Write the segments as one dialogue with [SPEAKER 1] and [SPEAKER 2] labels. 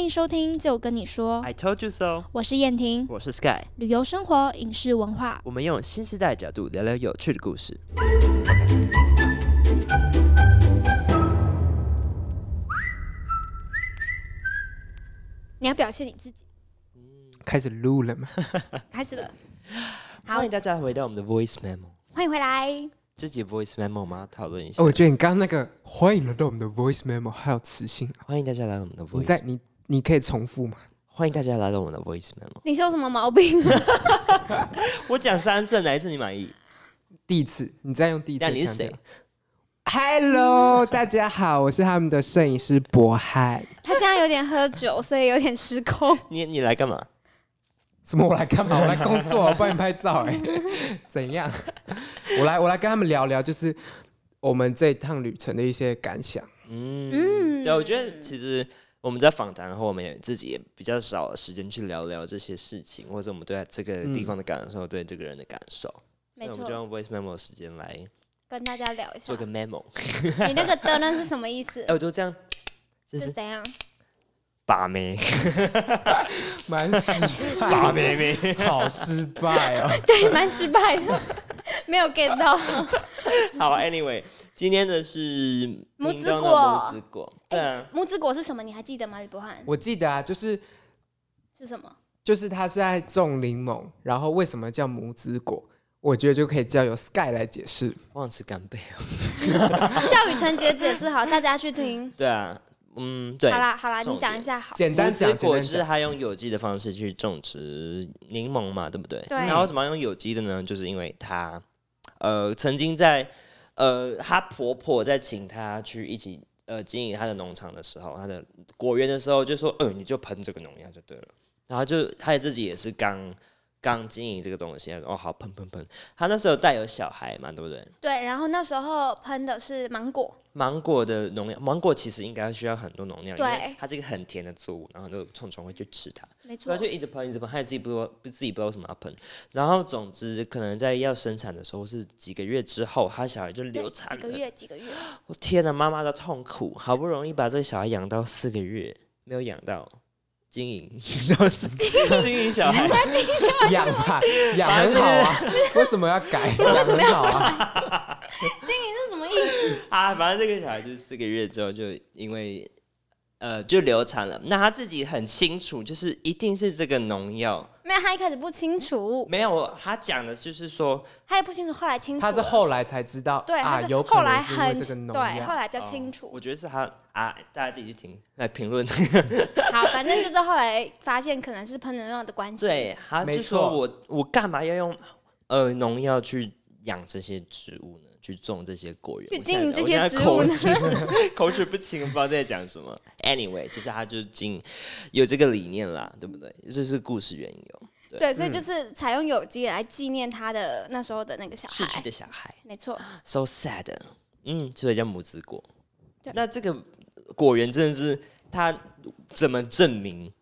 [SPEAKER 1] 迎收听《就跟你说》，
[SPEAKER 2] I told you so。
[SPEAKER 1] 我是燕婷。
[SPEAKER 2] 我是 Sky，
[SPEAKER 1] 旅游、生活、影视、文化，
[SPEAKER 2] 我们用新时代角度聊聊有趣的故事。
[SPEAKER 1] 你要表现你自己。
[SPEAKER 3] 开始录了吗？
[SPEAKER 1] 开始了，好
[SPEAKER 2] 欢迎，大家回到我们的 Voice Memo，
[SPEAKER 1] 欢迎回来。
[SPEAKER 2] 自己 Voice Memo 吗？讨论一下。
[SPEAKER 3] 哦，我觉得你刚刚那个欢迎来到我们的 voice memo 还有磁性啊，
[SPEAKER 2] 欢迎大家来到我们的
[SPEAKER 3] 你在
[SPEAKER 2] Voice，
[SPEAKER 3] 你你可以重复吗？
[SPEAKER 2] 欢迎大家来到我们的 Voice Memo。
[SPEAKER 1] 你是有什么毛病？
[SPEAKER 2] 我讲三次，哪一次你满意？
[SPEAKER 3] 第一次，你再用第一次
[SPEAKER 2] 那你是
[SPEAKER 3] 强调
[SPEAKER 2] 谁？
[SPEAKER 3] ？Hello，大家好，我是他们的摄影师博翰。
[SPEAKER 1] 他现在有点喝酒，所以有点失控。
[SPEAKER 2] 你你来干嘛？
[SPEAKER 3] 什么？我来干嘛？我来工作，我帮你拍照、 哎，怎样？我来，我来跟他们聊聊，就是我们这一趟旅程的一些感想。
[SPEAKER 2] 嗯，对，我觉得其实我们在访谈后，我们也自己也比较少时间去聊聊这些事情，或者我们对这个地方的感受，对这个人的感受。
[SPEAKER 1] 没
[SPEAKER 2] 所以我们就
[SPEAKER 1] 错，
[SPEAKER 2] 用 Voice Memo 的时间来
[SPEAKER 1] 跟大家聊一下
[SPEAKER 2] 做，个 Memo。
[SPEAKER 1] 你那个的呢是什么意思
[SPEAKER 2] 哎，？我就 这样，这
[SPEAKER 1] 是
[SPEAKER 2] 是
[SPEAKER 1] 怎样？
[SPEAKER 2] 把妹，
[SPEAKER 3] 蛮失
[SPEAKER 2] 把
[SPEAKER 3] 败，
[SPEAKER 2] 妹妹。
[SPEAKER 3] 好失败哦。
[SPEAKER 1] 对，蛮失败的， 没有 get 到。
[SPEAKER 2] 好，Anyway，今天的是
[SPEAKER 1] 母
[SPEAKER 2] 屏
[SPEAKER 1] 子
[SPEAKER 2] 东的
[SPEAKER 1] 果
[SPEAKER 2] 母子果，对啊，
[SPEAKER 1] 木之果是什么？你还记得吗？李博翰
[SPEAKER 3] 我记得啊，就是
[SPEAKER 1] 是什么？
[SPEAKER 3] 就是他是在种柠檬，然后为什么叫母子果？我觉得就可以交由 Sky 来解释。
[SPEAKER 2] 忘吃干贝啊，
[SPEAKER 1] 叫雨辰姐 解释好，大家去听。
[SPEAKER 2] 对啊，嗯，对
[SPEAKER 1] 好。啦好啦，
[SPEAKER 2] 重
[SPEAKER 1] 你讲一
[SPEAKER 2] 点
[SPEAKER 1] 下好。
[SPEAKER 3] 简
[SPEAKER 2] 母
[SPEAKER 3] 单
[SPEAKER 2] 子
[SPEAKER 3] 讲，简
[SPEAKER 2] 果
[SPEAKER 3] 单
[SPEAKER 2] 就是
[SPEAKER 3] 讲，
[SPEAKER 2] 它用有机的方式去种植柠檬嘛，对不对？
[SPEAKER 1] 对
[SPEAKER 2] 然后为什么要用有机的呢？就是因为它，呃，曾经在，呃，她婆婆在请她去一起，呃，经营她的农场的时候，她的果园的时候，就说，嗯、你就喷这个农药就对了。然后就她也自己也是刚刚经营这个东西，她说哦，好喷喷喷。她那时候带有小孩嘛，对不对？
[SPEAKER 1] 对，然后那时候喷的是芒果，
[SPEAKER 2] 芒果的农药，芒果其实应该需要很多农药，因
[SPEAKER 1] 对
[SPEAKER 2] 为它是一个很甜的作物，然后很多虫虫会去吃它，
[SPEAKER 1] 没
[SPEAKER 2] 所以它。啊
[SPEAKER 1] 错
[SPEAKER 2] 就一直喷，一直喷，它也自己不知道，不自己不知道为什么要喷。然后总之，可能在要生产的时候是几个月之后，他小孩就
[SPEAKER 1] 对
[SPEAKER 2] 流
[SPEAKER 1] 几
[SPEAKER 2] 产
[SPEAKER 1] 个
[SPEAKER 2] 了。
[SPEAKER 1] 月， 几个月，
[SPEAKER 2] 我天呐，妈妈的痛苦，好不容易把这个小孩养到四个月，没有养到经 营，然后是经营小孩，
[SPEAKER 3] 养吧，养很好啊，为什么要改？养很好啊，
[SPEAKER 1] 这什么意思？
[SPEAKER 2] 啊，反正这个小孩就是四个月之后就因为呃就流产了。那他自己很清楚，就是一定是这个农药。
[SPEAKER 1] 没有，他一开始不清楚，
[SPEAKER 2] 没有，他讲的就是说，
[SPEAKER 1] 他也不清楚，后来清楚
[SPEAKER 3] 他
[SPEAKER 1] 了。
[SPEAKER 3] 是后来才知道，
[SPEAKER 1] 对，
[SPEAKER 3] 啊
[SPEAKER 1] 他，是
[SPEAKER 3] 有
[SPEAKER 1] 后
[SPEAKER 3] 可
[SPEAKER 1] 来
[SPEAKER 3] 能是因为
[SPEAKER 1] 很
[SPEAKER 3] 这个农
[SPEAKER 1] 对，后
[SPEAKER 3] 药。
[SPEAKER 1] 来比较
[SPEAKER 2] 哦
[SPEAKER 1] 清楚
[SPEAKER 2] 我。觉得是他啊，大家自己去听来评论。
[SPEAKER 1] 好，反正就是后来发现可能是喷农药的关系。
[SPEAKER 2] 对，他
[SPEAKER 3] 没
[SPEAKER 2] 是说
[SPEAKER 3] 错
[SPEAKER 2] 我我干嘛要用呃农药去养这些植物呢？去种这些果园，
[SPEAKER 1] 去
[SPEAKER 2] 我
[SPEAKER 1] 经营这
[SPEAKER 2] 现在
[SPEAKER 1] 些
[SPEAKER 2] 我
[SPEAKER 1] 植物呢
[SPEAKER 2] 现在口齿 口齿不清，不知道在讲什么。Anyway，就是他就是经营有这个理念啦，对不对？这是故事缘由，对
[SPEAKER 1] 对，所
[SPEAKER 3] 嗯
[SPEAKER 1] 以就是采用有机来纪念他的那时候的那个小
[SPEAKER 2] 逝去
[SPEAKER 1] 孩。
[SPEAKER 2] 的小孩
[SPEAKER 1] 没错，
[SPEAKER 2] ，so sad。嗯，所以叫母子果
[SPEAKER 1] 对。
[SPEAKER 2] 那这个果园真的是他怎么证明？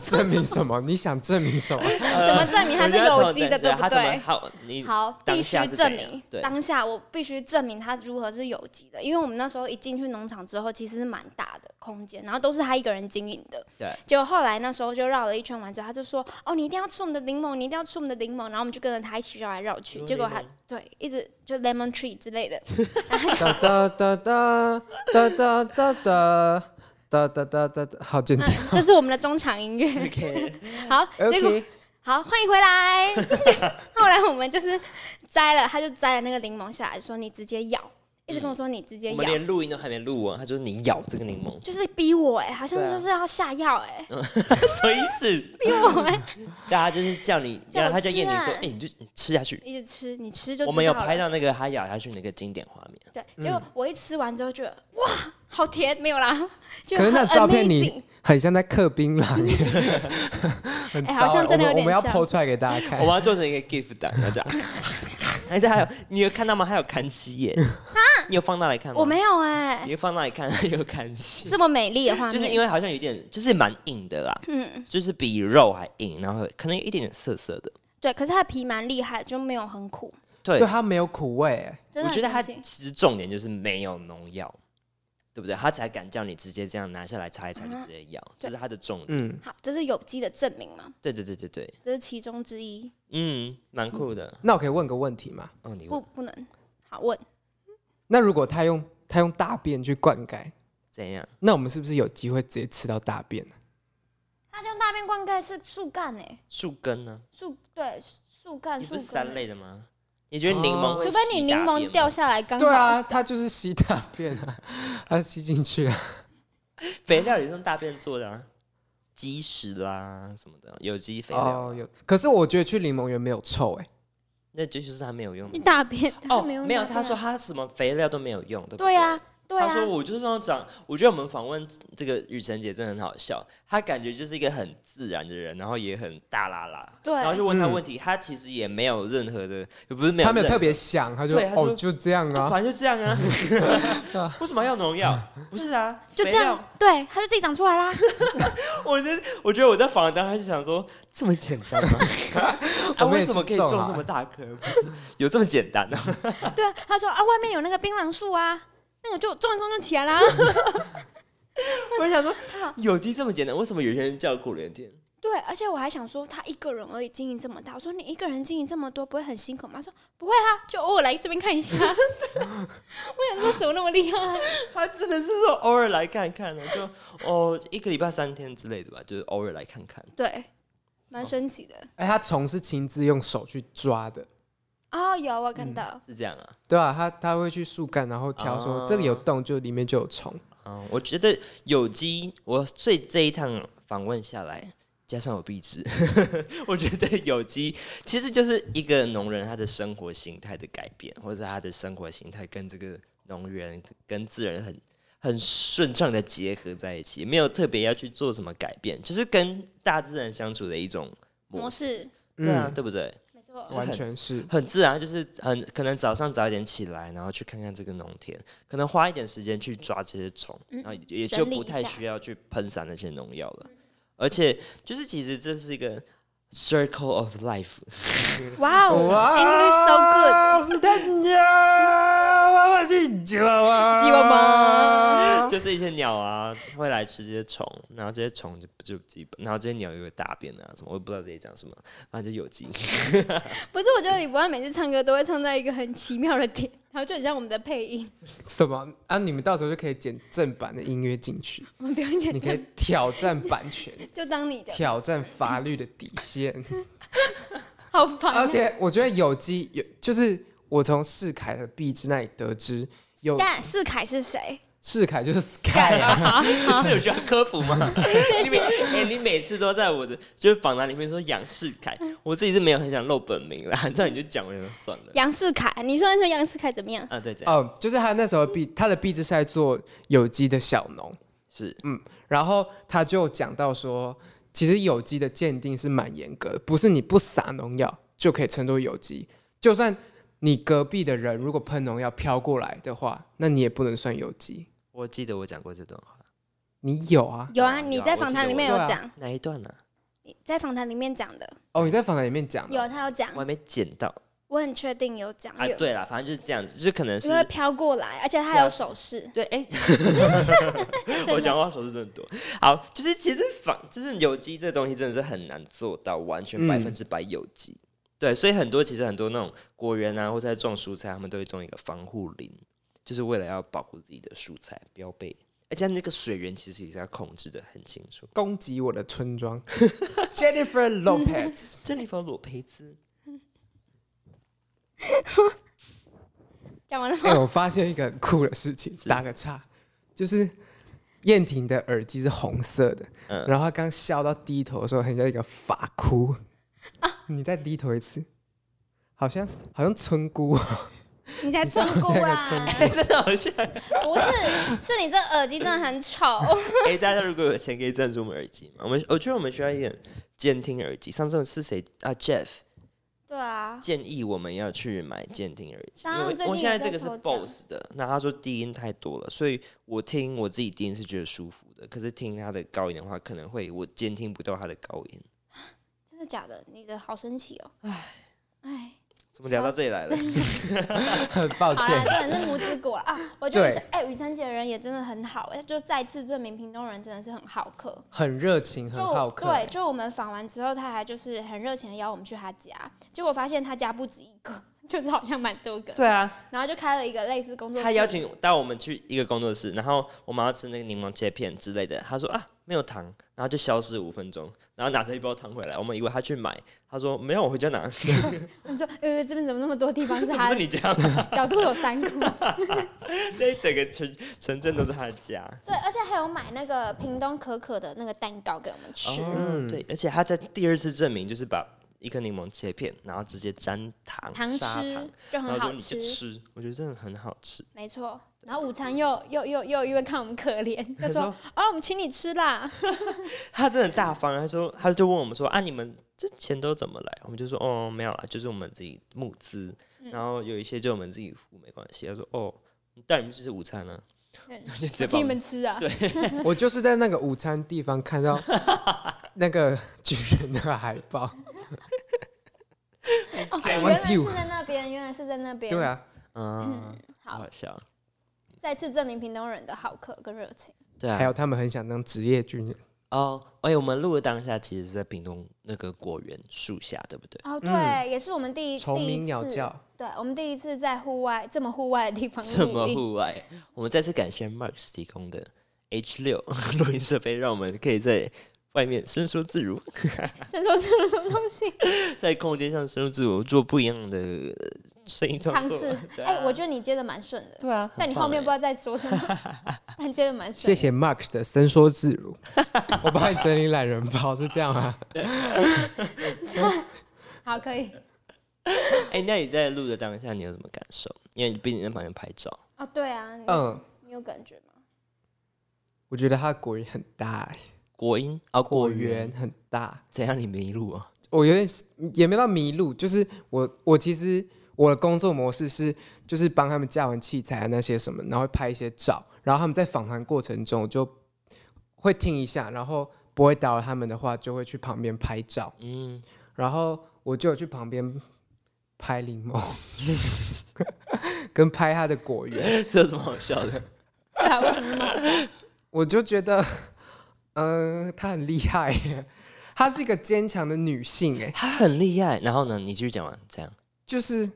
[SPEAKER 3] 证明什么？你想证明什么？
[SPEAKER 1] 怎么证明它是有机的，
[SPEAKER 2] 对
[SPEAKER 1] 不
[SPEAKER 2] 他怎么
[SPEAKER 1] 对？
[SPEAKER 2] 好？你
[SPEAKER 1] 好，
[SPEAKER 2] 当
[SPEAKER 1] 必须
[SPEAKER 2] 下是
[SPEAKER 1] 证
[SPEAKER 2] 怎
[SPEAKER 1] 明
[SPEAKER 2] 样。对
[SPEAKER 1] 当下我必须证明它如何是有机的，因为我们那时候一进去农场之后，其实是蛮大的空间，然后都是他一个人经营的。
[SPEAKER 2] 对。
[SPEAKER 1] 结果后来那时候就绕了一圈完之后，他就说：“哦，你一定要吃我们的柠檬，你一定要吃我们的柠檬。”然后我们就跟着他一起绕来绕去，
[SPEAKER 2] 柠檬
[SPEAKER 1] 结果他对一直就 lemon tree 之类的，
[SPEAKER 3] 哒哒哒哒哒哒哒哒哒哒哒哒哒，好简
[SPEAKER 1] 那
[SPEAKER 3] 单。
[SPEAKER 1] 这是我们的中场音 乐。好，结果
[SPEAKER 3] OK，
[SPEAKER 1] 好，欢迎回来。 后来我们就是摘了，他就摘了那个柠檬下来，说你直接咬，一直跟我说你直接
[SPEAKER 2] 我
[SPEAKER 1] 咬
[SPEAKER 2] 们，连录音都还没录完，他就是你咬这个柠檬，
[SPEAKER 1] 就是逼我哎、好像
[SPEAKER 2] 对啊嗯
[SPEAKER 1] 就是要下药哎、
[SPEAKER 2] 什么意思？
[SPEAKER 1] 逼我哎、
[SPEAKER 2] 大家就是叫 你，
[SPEAKER 1] 叫我
[SPEAKER 2] 然后他叫
[SPEAKER 1] 吃
[SPEAKER 2] 燕婷说：“
[SPEAKER 1] 啊
[SPEAKER 2] 哎，你就你吃下去。
[SPEAKER 1] 一直吃，你吃就”知道
[SPEAKER 2] 我们有
[SPEAKER 1] 了
[SPEAKER 2] 拍到嗯那个他咬下去那个经典画面，
[SPEAKER 1] 对，结果我一吃完之后觉得哇，好甜，没有啦，就
[SPEAKER 3] 可是那
[SPEAKER 1] 很
[SPEAKER 3] 照片你
[SPEAKER 1] amazing
[SPEAKER 3] 很像在克槟榔耶，很糟耶、
[SPEAKER 1] 哎好像真的有
[SPEAKER 3] 我们我们
[SPEAKER 1] 点
[SPEAKER 3] 要
[SPEAKER 1] 像
[SPEAKER 3] 剖出来给大家看
[SPEAKER 2] 我。们要做成一个 GIF 档，然后这样。而且还有，你有看到吗？还有看戏耶！你有放大来看吗？
[SPEAKER 1] 我，没有哎、
[SPEAKER 2] 你有放大来看，还有看戏，
[SPEAKER 1] 这么美丽的画面，
[SPEAKER 2] 就是因为好像有点，就是蛮硬的啦，
[SPEAKER 1] 嗯，
[SPEAKER 2] 就是比肉还硬，然后可能有一点点涩涩的。
[SPEAKER 1] 对，可是它的皮蛮厉害，就没有很苦，
[SPEAKER 2] 对
[SPEAKER 3] 对，它没有苦味耶、欸
[SPEAKER 1] 真的
[SPEAKER 2] 我
[SPEAKER 1] 很
[SPEAKER 2] 觉得它
[SPEAKER 1] 神奇
[SPEAKER 2] 其实重点就是没有农药对不对？他才敢叫你直接这样拿下来擦一擦就直接咬，这
[SPEAKER 1] 嗯对
[SPEAKER 2] 是他的重点。
[SPEAKER 3] 嗯，
[SPEAKER 1] 好，这是有机的证明嘛？
[SPEAKER 2] 对对对对对，
[SPEAKER 1] 这是其中之一，
[SPEAKER 2] 嗯，蛮酷的。
[SPEAKER 3] 那我可以问个问题吗？
[SPEAKER 2] 哦，你
[SPEAKER 1] 不不能。好问，
[SPEAKER 3] 那如果他用他用大便去灌溉，
[SPEAKER 2] 怎样？
[SPEAKER 3] 那我们是不是有机会直接吃到大便？啊
[SPEAKER 1] 它用大便灌溉是树干诶，
[SPEAKER 2] 树根呢？
[SPEAKER 1] 树对树干
[SPEAKER 2] 你
[SPEAKER 1] 树
[SPEAKER 2] 不
[SPEAKER 1] 根
[SPEAKER 2] 是
[SPEAKER 1] 欸，
[SPEAKER 2] 三类的吗？你觉得柠檬
[SPEAKER 3] 哦
[SPEAKER 2] 会
[SPEAKER 1] 除非你
[SPEAKER 2] 吸
[SPEAKER 1] 柠
[SPEAKER 2] 大
[SPEAKER 1] 檬
[SPEAKER 2] 便
[SPEAKER 1] 掉
[SPEAKER 2] 吗
[SPEAKER 1] 下来刚好
[SPEAKER 3] 对啊，它就是吸大便啊， 它吸进去啊。
[SPEAKER 2] 肥料也是用大便做的啊，鸡屎啦什么的，有机肥料，
[SPEAKER 3] 哦，有。可是我觉得去柠檬园没有臭哎、
[SPEAKER 2] 那就就是它没有用
[SPEAKER 1] 你。大便
[SPEAKER 2] 哦，
[SPEAKER 1] 它没有
[SPEAKER 2] 没有，
[SPEAKER 1] 大便
[SPEAKER 2] 他说
[SPEAKER 1] 啊
[SPEAKER 2] 他什么肥料都没有用，对不
[SPEAKER 1] 对啊，对
[SPEAKER 2] 他说
[SPEAKER 1] 啊，
[SPEAKER 2] 我就是要长，我觉得我们访问这个雨辰姐真的很好笑，她感觉就是一个很自然的人，然后也很大啦啦，
[SPEAKER 1] 对
[SPEAKER 2] 然后就问她
[SPEAKER 3] 嗯
[SPEAKER 2] 问题，她其实也没有任何的，也不是没有任何，
[SPEAKER 3] 他没有特别想，他就
[SPEAKER 2] 对它就
[SPEAKER 3] 哦就这样
[SPEAKER 2] 啊，
[SPEAKER 3] 啊。
[SPEAKER 2] 反正就这样啊，啊 为什么要农药？不是啊，
[SPEAKER 1] 就
[SPEAKER 2] 肥
[SPEAKER 1] 这样
[SPEAKER 2] 料。，
[SPEAKER 1] 对，它就自己长出来啦。
[SPEAKER 2] 我觉得，我觉得我在访谈，还是想说这么简单 吗？啊，
[SPEAKER 3] 我们
[SPEAKER 2] 为
[SPEAKER 3] 也
[SPEAKER 2] 什么
[SPEAKER 3] 是
[SPEAKER 2] 可以
[SPEAKER 3] 种
[SPEAKER 2] 种
[SPEAKER 3] 啊
[SPEAKER 2] 那么大颗？不是有这么简单呢、 啊？
[SPEAKER 1] 对啊，他说啊，外面有那个槟榔树啊，那个就种一种就起 来啦。
[SPEAKER 2] 我想说
[SPEAKER 1] 他好
[SPEAKER 2] 有机这么简单，为什么有些人叫苦连天？
[SPEAKER 1] 对，而且我还想说，他一个人而已经营这么大，我说你一个人经营这么多，不会很辛苦吗？他说不会啊，就偶尔来这边看 一下。我想说怎么那么厉害？
[SPEAKER 2] 他真的是说偶尔来看看呢、就哦一个礼拜三天之类的吧，就是偶尔来看看。
[SPEAKER 1] 对，蛮神奇的
[SPEAKER 3] 哎、他虫是亲自用手去抓的，
[SPEAKER 1] 哦，有我看到，
[SPEAKER 2] 是这样啊，
[SPEAKER 3] 对啊，他他会去树干，然后挑说、
[SPEAKER 2] 哦
[SPEAKER 3] 这个有洞，就里面就有虫。
[SPEAKER 2] 嗯，我觉得有机，我最这一趟访问下来，加上我壁纸， 我觉得有机其实就是一个农人他的生活形态的改变，或者他的生活形态跟这个农园跟自然很很顺畅的结合在一起，没有特别要去做什么改变，就是跟大自然相处的一种模
[SPEAKER 1] 模
[SPEAKER 2] 式，
[SPEAKER 1] 式
[SPEAKER 2] 对啊，
[SPEAKER 3] 嗯，
[SPEAKER 2] 对不对？
[SPEAKER 1] 没错
[SPEAKER 2] 就是，
[SPEAKER 3] 完
[SPEAKER 2] 很
[SPEAKER 3] 全是。
[SPEAKER 2] 很自然，就是很可能早上早一点起来，然后去看看这个农田，可能花一点时间去抓这些虫，
[SPEAKER 1] 嗯
[SPEAKER 2] 然后也就
[SPEAKER 1] 整理
[SPEAKER 2] 不
[SPEAKER 1] 一
[SPEAKER 2] 太
[SPEAKER 1] 下
[SPEAKER 2] 需要去喷洒那些农药了。而且就是其实这是一个 circle of life，
[SPEAKER 1] 哇哦，English so
[SPEAKER 3] 我是大家，妈妈是吉娃娃，
[SPEAKER 1] 吉娃 娃
[SPEAKER 2] 就是一些鸟啊会来吃这些虫，然后这些虫就就自己，然后这些鸟又有大便啊什么，我也不知道这里讲什么，然后就有机。
[SPEAKER 1] good。不是，我觉得李博安每次唱歌都会唱在一个很奇妙的点，然后就很像我们的配音，
[SPEAKER 3] 什么啊？你们到时候就可以剪正版的音乐进去，
[SPEAKER 1] 我们不用
[SPEAKER 3] 你
[SPEAKER 1] 剪
[SPEAKER 3] 可以
[SPEAKER 1] 掉，
[SPEAKER 3] 挑战版权，
[SPEAKER 1] 就当你的，
[SPEAKER 3] 挑战法律的底线。
[SPEAKER 1] 好烦哦。
[SPEAKER 3] 而且我觉得有机有，就是我从世凯的壁纸那里得知，有
[SPEAKER 1] 但世凯是 谁？
[SPEAKER 3] 世凯就是 Sky 啊，
[SPEAKER 2] 这有需要科普 吗？你每、欸、你每次都在我的就是访谈里面说杨世凯，
[SPEAKER 1] 嗯
[SPEAKER 2] 我自己是没有很想露本名啦， 这样你就讲我就算了。
[SPEAKER 1] 杨世凯，你说那说杨世凯怎么样？
[SPEAKER 2] 啊，对，这样、
[SPEAKER 3] 哦，就是他那时候的壁，他的壁纸是在做有机的小农，
[SPEAKER 2] 是
[SPEAKER 3] 然后他就讲到说，其实有机的鉴定是蛮严格的，不是你不撒农药就可以称作有机，就算你隔壁的人如果喷农药飘过来的话，那你也不能算有机。
[SPEAKER 2] 我记得我讲过这段话，
[SPEAKER 3] 你有啊？
[SPEAKER 1] 有
[SPEAKER 2] 有啊
[SPEAKER 1] 啊，你
[SPEAKER 2] 有啊
[SPEAKER 1] 在
[SPEAKER 2] 我
[SPEAKER 1] 访
[SPEAKER 2] 记
[SPEAKER 1] 谈
[SPEAKER 2] 得
[SPEAKER 1] 里
[SPEAKER 2] 我
[SPEAKER 1] 面有
[SPEAKER 3] 对啊
[SPEAKER 1] 讲，
[SPEAKER 2] 哪一段呢、
[SPEAKER 1] 你在访谈里面讲的，
[SPEAKER 3] 哦，你在访谈里面讲的
[SPEAKER 1] 啊有啊他有讲
[SPEAKER 2] 我，还没剪到
[SPEAKER 1] 我很确定有讲，
[SPEAKER 2] 啊。
[SPEAKER 1] 有
[SPEAKER 2] 对啦，反正就是这样子，就是可能是
[SPEAKER 1] 因为飘过来，而且他还有手势，
[SPEAKER 2] 对，哎、 我讲话手势真的很多。好，就是其实仿就是有机这东西真的是很难做到完全百分之百有机。对，所以很多其实很多那种果园啊，或者在种蔬菜，他们都会种一个防护林，就是为了要保护自己的蔬菜标配。而且哎那个水源其实也是要控制的很清楚。
[SPEAKER 3] 攻击我的村 庄，Jennifer Lopez。
[SPEAKER 2] 这里方裸培兹，
[SPEAKER 1] 讲完了吗？
[SPEAKER 3] 哎、我发现一个很酷的事情，打个岔，就是燕婷的耳机是红色的，
[SPEAKER 2] 嗯
[SPEAKER 3] 然后她刚笑到低头的时候，很像一个法哭。你再低头一次，好像好像村姑，
[SPEAKER 1] 你才村姑啦，
[SPEAKER 2] 真的好 像。
[SPEAKER 1] 不是，是你这耳机真的很丑，
[SPEAKER 2] 哎、大家如果有钱可以赞助我们耳机嘛？我们我觉得我们需要一点监听耳机。上次是谁啊？Jeff
[SPEAKER 1] 对啊，
[SPEAKER 2] 建议我们要去买监听耳机，
[SPEAKER 1] 当然
[SPEAKER 2] 因为
[SPEAKER 1] 最近
[SPEAKER 2] 我现在这
[SPEAKER 1] 有在
[SPEAKER 2] 个是
[SPEAKER 1] 抽奖
[SPEAKER 2] BOSS 的，那他说低音太多了，所以我听我自己低音是觉得舒服的，可是听他的高音的话，可能会我监听不到他的高音。
[SPEAKER 1] 真的假的？你的好神奇哦，哎，
[SPEAKER 2] 怎么聊到这里来了？
[SPEAKER 3] 很抱
[SPEAKER 1] 好啦，
[SPEAKER 3] 歉，
[SPEAKER 1] 真的是无知果了啊！我觉得
[SPEAKER 3] 对
[SPEAKER 1] 是哎，雨辰姐人也真的很好，哎就再次证明屏东人真的是很好客。
[SPEAKER 3] 很热情，很
[SPEAKER 1] 就
[SPEAKER 3] 好客，
[SPEAKER 2] 欸
[SPEAKER 1] 对，就我们访完之后，他还就是很热情的邀我们去他家，结果发现他家不止一个， 就是好像蛮多个，
[SPEAKER 2] 对啊，
[SPEAKER 1] 然后就开了一个类似工作室。
[SPEAKER 2] 他邀请带我们去一个工作室，然后我们要吃那个柠檬切片之类的，他说啊没有糖，然后就消失五分钟，然后拿着一包糖回来，我们以为他去买，他说没有，我回家拿，
[SPEAKER 1] 我说呃，这边怎么那么多地方是
[SPEAKER 2] 这不
[SPEAKER 1] 他
[SPEAKER 2] 是
[SPEAKER 1] 的？
[SPEAKER 2] 你家吗？
[SPEAKER 1] 角度有三个。
[SPEAKER 2] 那一整个城城镇都是他的家。
[SPEAKER 1] 对，而且还有买那个屏东可可的那个蛋糕给我们吃。
[SPEAKER 2] 哦，对，而且他在第二次证明就是把一颗柠檬切片，然后直接沾糖，
[SPEAKER 1] 糖
[SPEAKER 2] 砂
[SPEAKER 1] 吃
[SPEAKER 2] 糖，
[SPEAKER 1] 就
[SPEAKER 2] 然
[SPEAKER 1] 很
[SPEAKER 2] 后
[SPEAKER 1] 好
[SPEAKER 2] 说你就
[SPEAKER 1] 吃，
[SPEAKER 2] 吃，我觉得真的很好吃。
[SPEAKER 1] 没错。然后午餐又又又又因为看我们可 怜，就说
[SPEAKER 2] 他说
[SPEAKER 1] 哦，我们请你吃啦。
[SPEAKER 2] 他真的很大方，他说他就问我们说啊，你们这钱都怎么来？我们就说哦，没有啦，就是我们自己募资，
[SPEAKER 1] 嗯
[SPEAKER 2] 然后有一些就我们自己付，没关系。他说哦，带你们去吃午餐 呢、
[SPEAKER 1] 嗯
[SPEAKER 2] 啊，就直接
[SPEAKER 1] 我
[SPEAKER 2] 把
[SPEAKER 1] 请
[SPEAKER 2] 我
[SPEAKER 1] 你
[SPEAKER 2] 们
[SPEAKER 1] 们吃啊。
[SPEAKER 2] 对
[SPEAKER 3] 我就是在那个午餐地方看 到那个巨人的海报，
[SPEAKER 1] 哦，
[SPEAKER 3] I
[SPEAKER 1] 原
[SPEAKER 3] want
[SPEAKER 1] 来是
[SPEAKER 3] you
[SPEAKER 1] 在那边，原来是在那边。
[SPEAKER 3] 对。啊，
[SPEAKER 2] 嗯，好
[SPEAKER 1] 好，
[SPEAKER 2] 好笑。
[SPEAKER 1] 再次证明屏东人的好客跟热情。
[SPEAKER 2] 对啊，
[SPEAKER 3] 还有他们很想当职业军人，
[SPEAKER 2] 哦，哎、我们录的当下其实是在屏东那个果园树下，对不对？
[SPEAKER 1] 哦，对，
[SPEAKER 3] 嗯
[SPEAKER 1] 也是我们第一
[SPEAKER 3] 虫
[SPEAKER 1] 第一
[SPEAKER 3] 鸣
[SPEAKER 1] 次
[SPEAKER 3] 鸟叫，
[SPEAKER 1] 对，我们第一次在户外 这么户外的地方
[SPEAKER 2] 这
[SPEAKER 1] 录
[SPEAKER 2] 么
[SPEAKER 1] 音
[SPEAKER 2] 户外。哦我们再次感谢 Marks 提供的 H 六 录音设备，让我们可以在外面伸缩自如，
[SPEAKER 1] 伸缩出了什么东 西？
[SPEAKER 2] 在空间上伸缩自如，做不一样的呃声音创
[SPEAKER 1] 尝
[SPEAKER 2] 作
[SPEAKER 1] 试。。
[SPEAKER 2] 对
[SPEAKER 1] 哎、
[SPEAKER 2] 啊
[SPEAKER 1] 我觉得你接的蛮顺的，
[SPEAKER 2] 对 啊，
[SPEAKER 1] 但你后面不知
[SPEAKER 2] 道。
[SPEAKER 1] 道在说什 么，但接的蛮顺。
[SPEAKER 3] 谢。谢 Mark 的伸缩自如，我帮你整理懒人包是这样吗？
[SPEAKER 1] 好，可以。
[SPEAKER 2] 哎、那你在录的当下，你有什么感受？因为你毕竟在旁边拍照，
[SPEAKER 1] 哦，对啊，你,、
[SPEAKER 3] 嗯，
[SPEAKER 1] 你有感觉吗？
[SPEAKER 3] 我觉得它的果园很大、欸，
[SPEAKER 2] 国音啊，
[SPEAKER 3] 果
[SPEAKER 2] 园
[SPEAKER 3] 园很大，
[SPEAKER 2] 怎样？你迷路啊？
[SPEAKER 3] 我有点也没到迷路，就是我我其实我的工作模式是就是帮他们架完器材啊那些什么，然后会拍一些照，然后他们在访谈过程中我就会听一下，然后不会打扰他们的话，就会去旁边拍照，
[SPEAKER 2] 嗯，
[SPEAKER 3] 然后我就有去旁边拍柠檬， 跟拍他的果园，
[SPEAKER 2] 这有什么好笑的？
[SPEAKER 1] 对啊，为什么那么
[SPEAKER 3] 我就觉得，嗯、她很厉害耶，她是一个坚强的女性，哎，
[SPEAKER 2] 他很厉害。然后呢，你继续讲完，这样。
[SPEAKER 3] 就是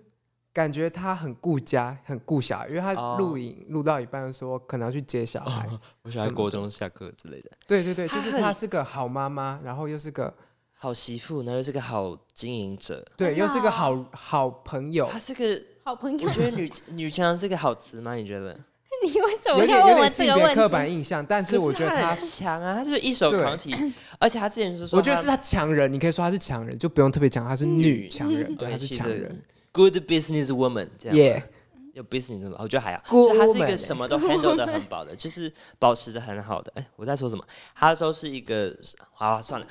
[SPEAKER 3] 感觉他很顾家，很顾小孩，因为他
[SPEAKER 2] 哦
[SPEAKER 3] 录影录到一半说可能要去接小孩。
[SPEAKER 2] 我喜欢
[SPEAKER 3] 什么
[SPEAKER 2] 国中下课之类的。
[SPEAKER 3] 对对对，
[SPEAKER 2] 他
[SPEAKER 3] 就是
[SPEAKER 2] 很
[SPEAKER 3] 她是个好妈妈，然后又是个
[SPEAKER 2] 好媳妇，然后又是个好经营者，
[SPEAKER 3] 对，
[SPEAKER 1] 真的
[SPEAKER 3] 又是个
[SPEAKER 1] 哦
[SPEAKER 3] 好好朋友
[SPEAKER 2] 她，是个
[SPEAKER 1] 好朋友
[SPEAKER 2] 我？觉得 女女强是个好词吗？你觉得？
[SPEAKER 1] 你为什么
[SPEAKER 3] 有点
[SPEAKER 1] 要
[SPEAKER 3] 有
[SPEAKER 1] 问我
[SPEAKER 3] 点
[SPEAKER 1] 这
[SPEAKER 3] 性
[SPEAKER 1] 个
[SPEAKER 3] 别
[SPEAKER 1] 问
[SPEAKER 3] 刻
[SPEAKER 1] 题？
[SPEAKER 3] 板印象，但是我觉得
[SPEAKER 2] 她
[SPEAKER 3] 她
[SPEAKER 2] 很，强啊，她就是一手
[SPEAKER 3] 对
[SPEAKER 2] 扛起，而且她之前是说，
[SPEAKER 3] 我觉得是她强人，你可以说她是强人，就不用特别强，她是女强人，对，
[SPEAKER 2] 对
[SPEAKER 3] 她是
[SPEAKER 2] 其
[SPEAKER 3] 强
[SPEAKER 2] 实
[SPEAKER 3] 人，
[SPEAKER 2] good business woman 这样。
[SPEAKER 3] 耶，
[SPEAKER 2] 有 business 吗？我觉得还好，
[SPEAKER 3] Good
[SPEAKER 2] 就她是一
[SPEAKER 3] woman
[SPEAKER 2] 个什么都 handle 的很好的，就是保持的很好的。哎，我在说什么？她都是一个，好、啊、算了，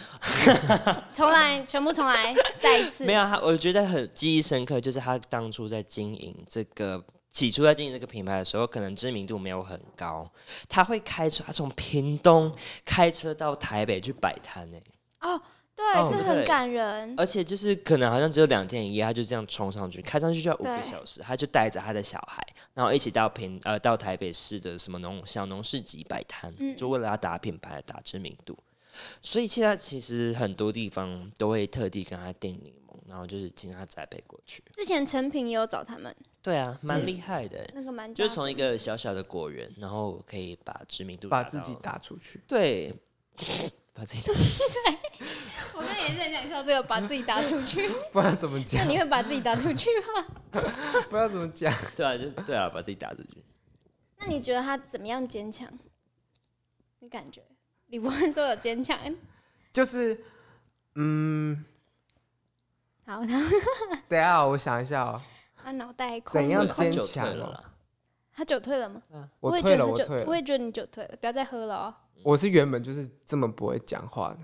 [SPEAKER 1] 重来，全部重来，再一次。
[SPEAKER 2] 没有她，我觉得很记忆深刻，就是她当初在经营这个。起初在经营这个品牌的时候，可能知名度没有很高。她会开车，她从屏东开车到台北去摆摊欸呢。
[SPEAKER 1] 哦，对，
[SPEAKER 3] 哦
[SPEAKER 1] 这很
[SPEAKER 2] 对
[SPEAKER 1] 感人。
[SPEAKER 2] 而且就是可能好像只有两天一夜，他就这样冲上去，开上去就要五
[SPEAKER 1] 对
[SPEAKER 2] 个小时，他就带着他的小孩，然后一起到平呃到台北市的什么农小农市集摆摊，
[SPEAKER 1] 嗯
[SPEAKER 2] 就为了要打品牌、打知名度。所以现在其实很多地方都会特地跟他订柠檬，然后就是请他栽培过去。
[SPEAKER 1] 之前成品也有找他们，
[SPEAKER 2] 对啊，蛮厉害的欸，
[SPEAKER 1] 那个蛮
[SPEAKER 2] 就
[SPEAKER 1] 加
[SPEAKER 2] 是从一个小小的果园，然后可以把知名度
[SPEAKER 3] 把
[SPEAKER 2] 打
[SPEAKER 3] 自己
[SPEAKER 2] 到
[SPEAKER 3] 打出去。
[SPEAKER 2] 对， 把自己打
[SPEAKER 1] 我刚才也是很想笑这个，把自己打出去。
[SPEAKER 3] 不知道怎么
[SPEAKER 1] 那
[SPEAKER 3] 讲，
[SPEAKER 1] 你会把自己打出去吗？
[SPEAKER 3] 不知道怎么讲。
[SPEAKER 2] 对啊，就对啊，把自己打出去。
[SPEAKER 1] 那你觉得他怎么样坚强？你感觉李博翰说有坚强，
[SPEAKER 3] 就是，嗯，
[SPEAKER 1] 好，他
[SPEAKER 3] 等一下我想一下哦，
[SPEAKER 1] 他脑袋空
[SPEAKER 3] 怎样
[SPEAKER 1] 空
[SPEAKER 2] 他
[SPEAKER 3] 坚
[SPEAKER 2] 久
[SPEAKER 3] 强
[SPEAKER 2] 退了
[SPEAKER 3] 哦
[SPEAKER 2] 啦
[SPEAKER 1] 他酒退了吗？
[SPEAKER 3] 我
[SPEAKER 1] 也
[SPEAKER 3] 退
[SPEAKER 1] 觉
[SPEAKER 3] 了，
[SPEAKER 1] 得他
[SPEAKER 3] 我
[SPEAKER 1] 酒
[SPEAKER 3] 退
[SPEAKER 1] 我
[SPEAKER 3] 了，
[SPEAKER 1] 也觉得你酒退了，不要再喝了哦。
[SPEAKER 3] 我是原本就是这么不会讲话的。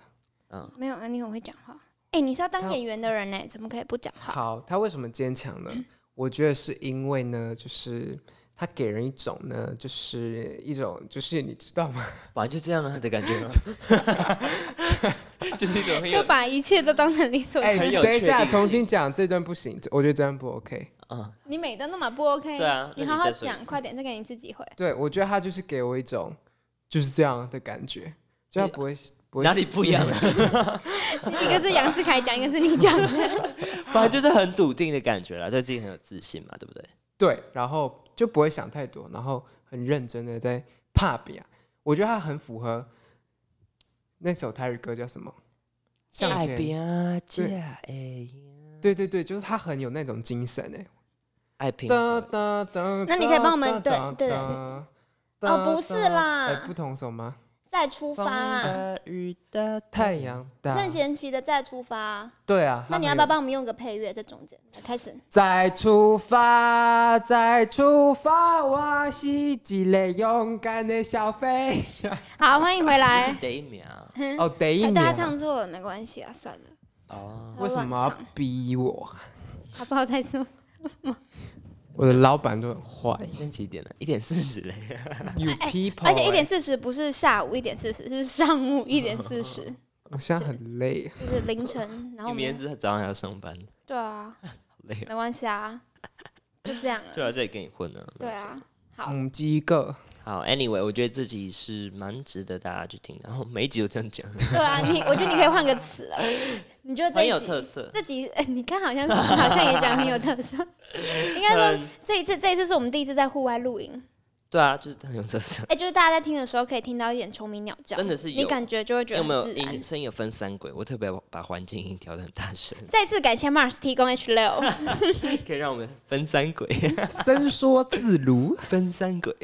[SPEAKER 2] 嗯，
[SPEAKER 1] 没有，啊，你很会讲话。哎、你是要当
[SPEAKER 3] 他
[SPEAKER 1] 演员的人呢、哎怎么可以不讲话？
[SPEAKER 3] 好，他为什么坚强呢？我觉得是因为呢，就是他给人一种呢， 就是一种就是你知道吗？
[SPEAKER 2] 反正就这样啊的感觉吗？就是一种很
[SPEAKER 1] 就
[SPEAKER 2] 有
[SPEAKER 1] 把一切都当成理所当
[SPEAKER 3] 哎、
[SPEAKER 1] 然。
[SPEAKER 2] 很有
[SPEAKER 3] 等一
[SPEAKER 2] 确
[SPEAKER 3] 下，
[SPEAKER 2] 定
[SPEAKER 3] 重
[SPEAKER 2] 性
[SPEAKER 3] 新讲这段不行，这我觉得这段不 OK。
[SPEAKER 2] 嗯，
[SPEAKER 1] 你每段都嘛不 OK，
[SPEAKER 2] 对啊
[SPEAKER 1] 你
[SPEAKER 2] 那
[SPEAKER 1] 好
[SPEAKER 2] 你
[SPEAKER 1] 好
[SPEAKER 2] 再说一
[SPEAKER 1] 讲，
[SPEAKER 2] 次
[SPEAKER 1] 快点，再给你自己回。
[SPEAKER 3] 对，我觉得他就是给我一种就是这样的感觉，就他不会不会
[SPEAKER 2] 哎哪里不一样？
[SPEAKER 1] 一个是杨思凯讲，一个是你讲的。
[SPEAKER 2] 反正就是很笃定的感觉啦，对自己很有自信嘛，对 不对？
[SPEAKER 3] 对，然后就不会想太多，然后很认真的在怕别。我觉得他很符合那首台语歌叫什么？向
[SPEAKER 2] 爱
[SPEAKER 3] 前
[SPEAKER 2] 拼啊，
[SPEAKER 3] 对
[SPEAKER 2] 嫁哎，
[SPEAKER 3] 对对对，就是他很有那种精神哎。
[SPEAKER 2] 爱啊拼什
[SPEAKER 3] 哒
[SPEAKER 2] 么的。
[SPEAKER 3] 哒哒。
[SPEAKER 1] 那你可以帮我们
[SPEAKER 3] 哒哒
[SPEAKER 1] 对对
[SPEAKER 3] 哒
[SPEAKER 1] 哦不是
[SPEAKER 3] 哒
[SPEAKER 1] 啦
[SPEAKER 3] 哎，不同首吗？
[SPEAKER 1] 再出发
[SPEAKER 2] 风
[SPEAKER 1] 啦，
[SPEAKER 2] 大啊雨大
[SPEAKER 3] 太阳大。
[SPEAKER 1] 任贤齐的再出发。
[SPEAKER 3] 对啊，
[SPEAKER 1] 那
[SPEAKER 3] 他
[SPEAKER 1] 你
[SPEAKER 3] 很
[SPEAKER 1] 要不
[SPEAKER 3] 有
[SPEAKER 1] 要帮我们用个配乐在中间？来开始。
[SPEAKER 3] 再出发，再出发，我是一个勇敢的小飞侠。
[SPEAKER 1] 好，欢迎回来。
[SPEAKER 2] 得一秒
[SPEAKER 3] 哦，得一
[SPEAKER 1] 哎
[SPEAKER 3] 年
[SPEAKER 1] 大家
[SPEAKER 3] 啊，
[SPEAKER 1] 唱错了没关系啊，算了，
[SPEAKER 2] 哦，
[SPEAKER 1] 他
[SPEAKER 3] 为什
[SPEAKER 1] 乱
[SPEAKER 3] 么要
[SPEAKER 1] 唱？
[SPEAKER 3] 逼我？
[SPEAKER 1] 好不好再说？
[SPEAKER 3] 我的老板都很坏
[SPEAKER 2] 现在几点了？一点四十嘞。
[SPEAKER 3] ，You people，
[SPEAKER 1] 哎而且
[SPEAKER 2] 哎
[SPEAKER 1] 一
[SPEAKER 3] 欸，
[SPEAKER 1] 点四十不是下午一点四十，是上午一点 四十，
[SPEAKER 3] 我现在很累。
[SPEAKER 1] 就是凌晨。然
[SPEAKER 2] 你
[SPEAKER 1] 后我
[SPEAKER 2] 明天
[SPEAKER 1] 们
[SPEAKER 2] 是不是早上还要上班？
[SPEAKER 1] 对啊，
[SPEAKER 2] 好 累啊，
[SPEAKER 1] 没关系啊，就 这样
[SPEAKER 2] 就来
[SPEAKER 1] 了。
[SPEAKER 2] 啊这里跟你混呢。
[SPEAKER 1] 对啊，好，
[SPEAKER 3] 嗯，鸡个，
[SPEAKER 2] 好，Anyway，我觉得自己是蛮值得大家去听的，然后每一集都这 样讲，
[SPEAKER 1] 对啊，你我觉得你可以换个词了，你觉得这
[SPEAKER 2] 很
[SPEAKER 1] 一
[SPEAKER 2] 有
[SPEAKER 1] 集
[SPEAKER 2] 特色。
[SPEAKER 1] 这集， 哎、你看好像是好像也讲很有特 色。应该说
[SPEAKER 2] 很
[SPEAKER 1] 这一次，这一次是我们第一次在户外露营，
[SPEAKER 2] 对啊，就是很有特色。
[SPEAKER 1] 哎、就是大家在听的时候可以听到一点虫鸣鸟叫，
[SPEAKER 2] 真的是有
[SPEAKER 1] 你感觉就会觉得
[SPEAKER 2] 有没
[SPEAKER 1] 很
[SPEAKER 2] 有
[SPEAKER 1] 自然
[SPEAKER 2] 音。声音有分三轨？我特别把环境音调的很大 声，
[SPEAKER 1] 再次感谢 Mars 提供 H 六，
[SPEAKER 2] 哎可以让我们分三轨，
[SPEAKER 3] 伸缩自如。
[SPEAKER 2] 分三 轨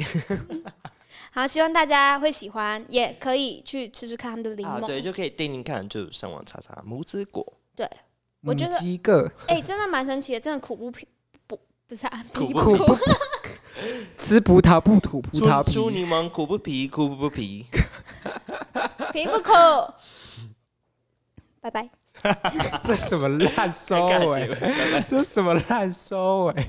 [SPEAKER 1] 好，希望大家会喜欢，也可以去吃吃看他们的柠
[SPEAKER 2] 啊，
[SPEAKER 1] 檬。
[SPEAKER 2] 对，就可以定定看，就上网查查拇指果，
[SPEAKER 3] 母
[SPEAKER 1] 我觉得
[SPEAKER 3] 嗯鸡个，
[SPEAKER 1] 哎、真的蛮神奇的，真的苦不皮不不是啊，
[SPEAKER 2] 苦
[SPEAKER 1] 皮
[SPEAKER 2] 不
[SPEAKER 3] 苦 不吃葡萄不吐葡萄
[SPEAKER 2] 出出
[SPEAKER 3] 皮。
[SPEAKER 2] 柠檬苦不皮，苦不皮。
[SPEAKER 1] 皮不苦。 拜拜。
[SPEAKER 3] 这什么烂收
[SPEAKER 2] 尬
[SPEAKER 3] 尾
[SPEAKER 2] 结？尾拜拜
[SPEAKER 3] 这什么烂收尾？